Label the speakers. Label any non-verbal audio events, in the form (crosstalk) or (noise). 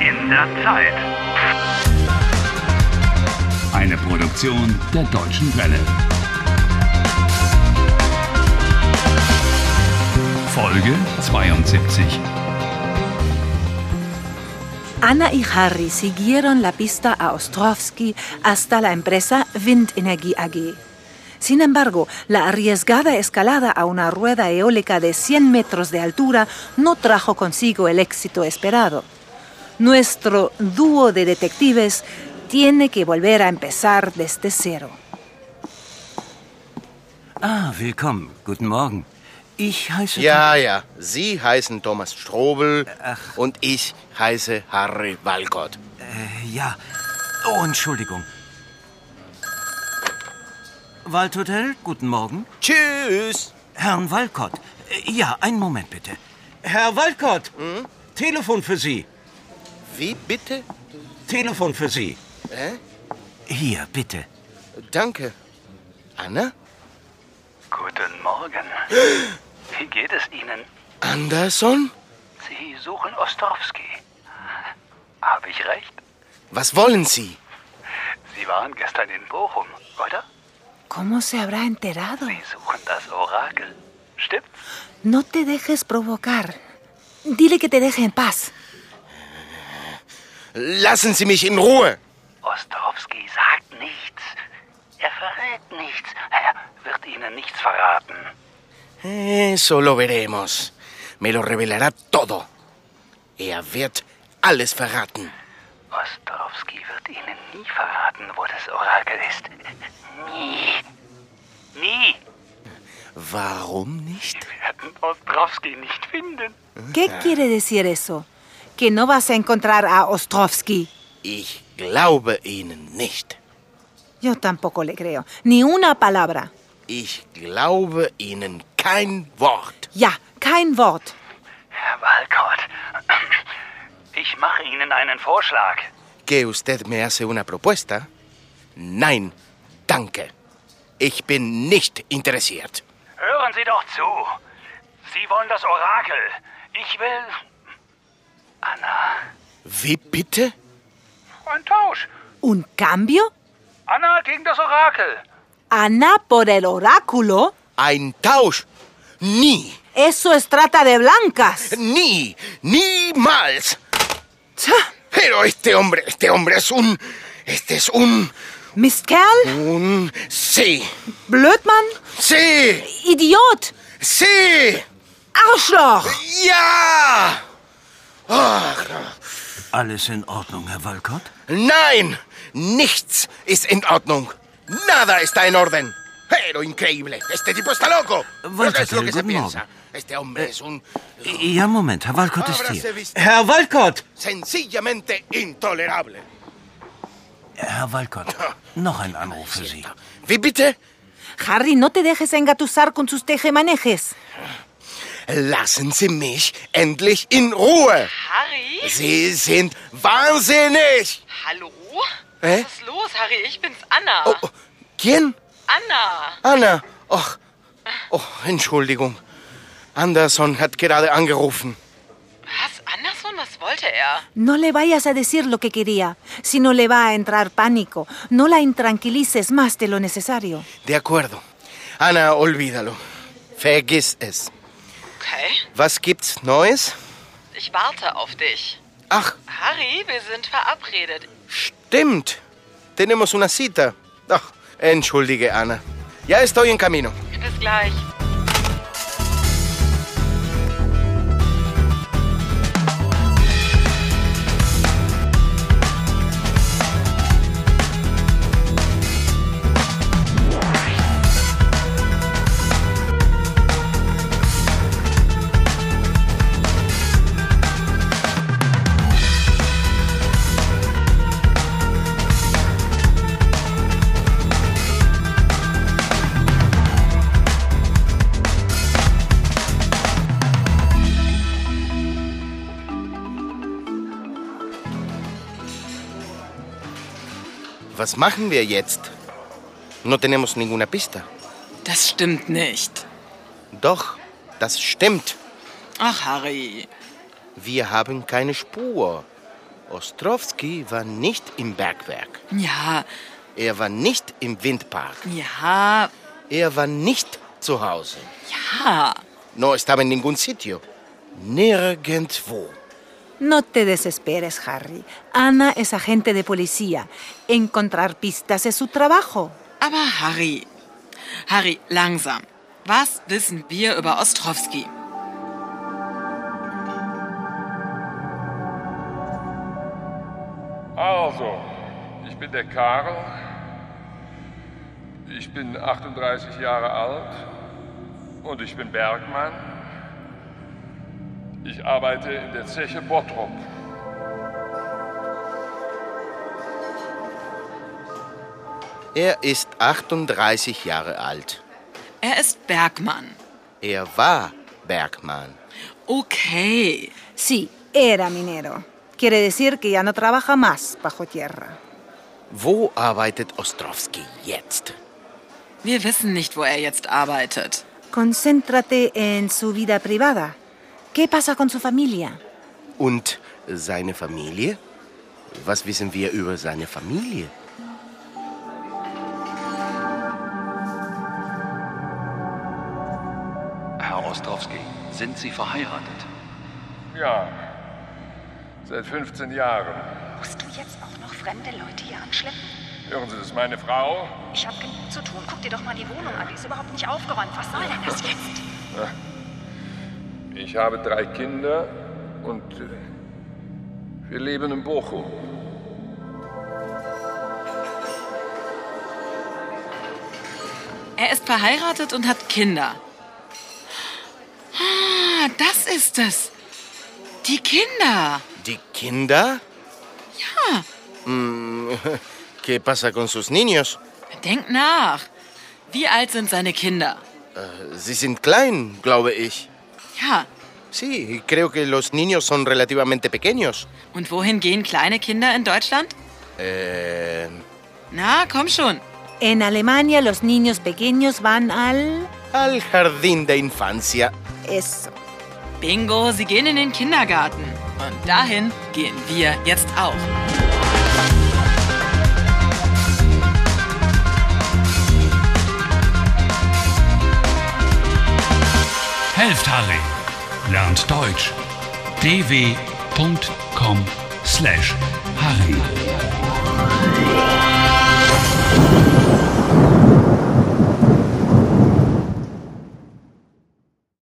Speaker 1: dieser Zeit.
Speaker 2: Eine Produktion der Deutschen Welle. Folge 72.
Speaker 3: Ana y Harry siguieron la pista a Ostrovsky hasta la empresa Windenergie AG. Sin embargo, la arriesgada escalada a una rueda eólica de 100 metros de altura no trajo consigo el éxito esperado. Nuestro dúo de detectives tiene que volver a empezar desde cero.
Speaker 4: Ah, willkommen. Guten Morgen. Ich heiße.
Speaker 5: Ja, ja. Sie heißen Thomas Strobel und ich heiße Harry Walcott.
Speaker 4: Äh, Ja. Oh, Entschuldigung. Waldhotel, guten Morgen.
Speaker 5: Tschüss!
Speaker 4: Herrn Walcott. Äh, Ja, einen Moment bitte.
Speaker 6: Herr Walcott, Telefon für Sie.
Speaker 5: Wie bitte?
Speaker 6: Telefon für Sie.
Speaker 5: Hä?
Speaker 4: Hier, bitte.
Speaker 5: Danke. Anna?
Speaker 1: Guten Morgen. Wie geht es Ihnen?
Speaker 5: Anderson?
Speaker 1: Sie suchen Ostrowski. Habe ich recht?
Speaker 5: Was wollen Sie?
Speaker 1: Sie waren gestern in Bochum, oder?
Speaker 3: ¿Cómo se habrá enterado?
Speaker 1: Sie suchen das Orakel. Stimmt's?
Speaker 3: No te dejes provocar. Dile que te deje en paz.
Speaker 5: Lassen Sie mich in Ruhe!
Speaker 1: Ostrowski sagt nichts. Er verrät nichts. Er wird Ihnen nichts verraten.
Speaker 5: Eso lo veremos. Me lo revelará todo. Er wird alles verraten.
Speaker 1: Ostrowski wird Ihnen nie verraten, wo das Orakel ist. Nie. Nie.
Speaker 5: Warum nicht?
Speaker 1: Wir werden Ostrowski nicht finden.
Speaker 3: ¿Qué quiere decir eso? Que no vas a encontrar a Ostrovsky.
Speaker 5: Ich glaube Ihnen nicht.
Speaker 3: Yo tampoco le creo. Ni una palabra.
Speaker 5: Ich glaube Ihnen kein Wort.
Speaker 3: Ja, kein Wort.
Speaker 1: Herr Walcott, (clears throat) ich mache Ihnen einen Vorschlag.
Speaker 5: ¿Que usted me hace una propuesta? Nein, danke. Ich bin nicht interessiert.
Speaker 1: Hören Sie doch zu. Sie wollen das Orakel. Ich will. Anna.
Speaker 5: Wie bitte?
Speaker 1: Ein Tausch.
Speaker 3: ¿Un cambio?
Speaker 1: Anna gegen das Orakel.
Speaker 3: ¿Ana por el oráculo?
Speaker 5: Ein Tausch? Nie,
Speaker 3: Eso es trata de blancas.
Speaker 5: nie, niemals.
Speaker 3: Tja,
Speaker 5: Pero este hombre, este hombre es un... Este es un...
Speaker 3: Mistkerl,
Speaker 5: Un... Sí,
Speaker 3: Blödmann,
Speaker 5: sí,
Speaker 3: Idiot,
Speaker 5: sí.
Speaker 3: Arschloch.
Speaker 5: Ja! Ach,
Speaker 4: Alles in Ordnung, Herr Walcott?
Speaker 5: nein, nichts ist in Ordnung. Nada está en orden. Pero increíble, este tipo está loco. Pero es lo que se
Speaker 4: guten
Speaker 5: piensa.
Speaker 4: Morgen.
Speaker 5: Este hombre es un...
Speaker 4: Ja, Moment. Herr Walcott ist
Speaker 5: Habrá
Speaker 4: hier.
Speaker 5: visto
Speaker 6: Herr Walcott,
Speaker 5: sencillamente intolerable.
Speaker 4: Herr Walcott, noch ein Anruf für Sie.
Speaker 5: Wie bitte?
Speaker 3: Harry, no te dejes engatusar con sus tejemanejes.
Speaker 5: Lassen Sie mich endlich in Ruhe.
Speaker 7: Harry?
Speaker 5: Sie sind wahnsinnig.
Speaker 7: Hallo?
Speaker 5: Hä?
Speaker 7: Was ist los, Harry? Ich bin's, Anna.
Speaker 5: Oh, oh, ¿Quién?
Speaker 7: Anna.
Speaker 5: Anna. Ach, oh, Entschuldigung. Anderson hat gerade angerufen.
Speaker 7: Was? Anderson? Was wollte er?
Speaker 3: No le vayas a decir lo que quería, si no le va a entrar pánico. No la intranquilices más de lo necesario.
Speaker 5: De acuerdo. Anna, olvídalo. Vergiss es.
Speaker 7: Okay.
Speaker 5: Was gibt's Neues?
Speaker 7: Ich warte auf dich.
Speaker 5: Ach,
Speaker 7: Harry, wir sind verabredet.
Speaker 5: stimmt. Tenemos una cita. Ach, entschuldige, Anna. Ya estoy en camino.
Speaker 7: Bis gleich.
Speaker 5: Was machen wir jetzt? No tenemos ninguna pista.
Speaker 7: Das stimmt nicht.
Speaker 5: Doch, das stimmt.
Speaker 7: Ach, Harry.
Speaker 5: Wir haben keine Spur. Ostrowski war nicht im Bergwerk.
Speaker 7: Ja,
Speaker 5: Er war nicht im Windpark.
Speaker 7: ja,
Speaker 5: Er war nicht zu Hause.
Speaker 7: ja.
Speaker 5: No estaba en ningún sitio. Nirgendwo.
Speaker 3: No te desesperes, Harry. Ana es agente de policía. Encontrar pistas es su trabajo.
Speaker 7: Aber Harry, Harry, langsam. Was wissen wir über Ostrowski?
Speaker 8: Also, ich bin der Karl. Ich bin 38 Jahre alt und ich bin Bergmann. Ich arbeite in der Zeche Bottrop.
Speaker 5: Er ist 38 Jahre alt.
Speaker 7: Er ist Bergmann.
Speaker 5: Er war Bergmann.
Speaker 7: Okay.
Speaker 3: Sí, era minero. Quiere decir que ya no trabaja más bajo tierra.
Speaker 5: Wo arbeitet Ostrowski jetzt?
Speaker 7: Wir wissen nicht, wo er jetzt arbeitet.
Speaker 3: Concéntrate en su vida privada. ¿Qué pasa con su familia?
Speaker 5: Und seine Familie? Was wissen wir über seine Familie?
Speaker 9: Herr Ostrowski, sind Sie verheiratet?
Speaker 8: Ja, seit 15 Jahren.
Speaker 10: Musst du jetzt auch noch fremde Leute hier anschleppen?
Speaker 8: Hören Sie, das ist meine Frau.
Speaker 10: Ich habe genug zu tun. Guck dir doch mal die Wohnung an. Die ist überhaupt nicht aufgeräumt. Was soll denn das jetzt?
Speaker 8: Ich habe drei Kinder und äh, wir leben in Bochum.
Speaker 7: Er ist verheiratet und hat Kinder. Ah, das ist es. Die Kinder.
Speaker 5: Die Kinder? Mm,
Speaker 7: Ja,
Speaker 5: (laughs) ¿Qué pasa con sus niños?
Speaker 7: denk nach. Wie alt sind seine Kinder?
Speaker 5: Sie sind klein, glaube ich.
Speaker 7: Ja,
Speaker 5: Sí, creo que los niños son relativamente pequeños.
Speaker 7: und wohin gehen kleine Kinder in Deutschland?
Speaker 5: Eh,
Speaker 7: Na, komm schon.
Speaker 3: En Alemania los niños pequeños van al...
Speaker 5: al jardín de infancia.
Speaker 3: Eso.
Speaker 7: Bingo, sie gehen in den Kindergarten. Und dahin gehen wir jetzt auch.
Speaker 2: Helft Harry. Lernt Deutsch. dw.com/harry.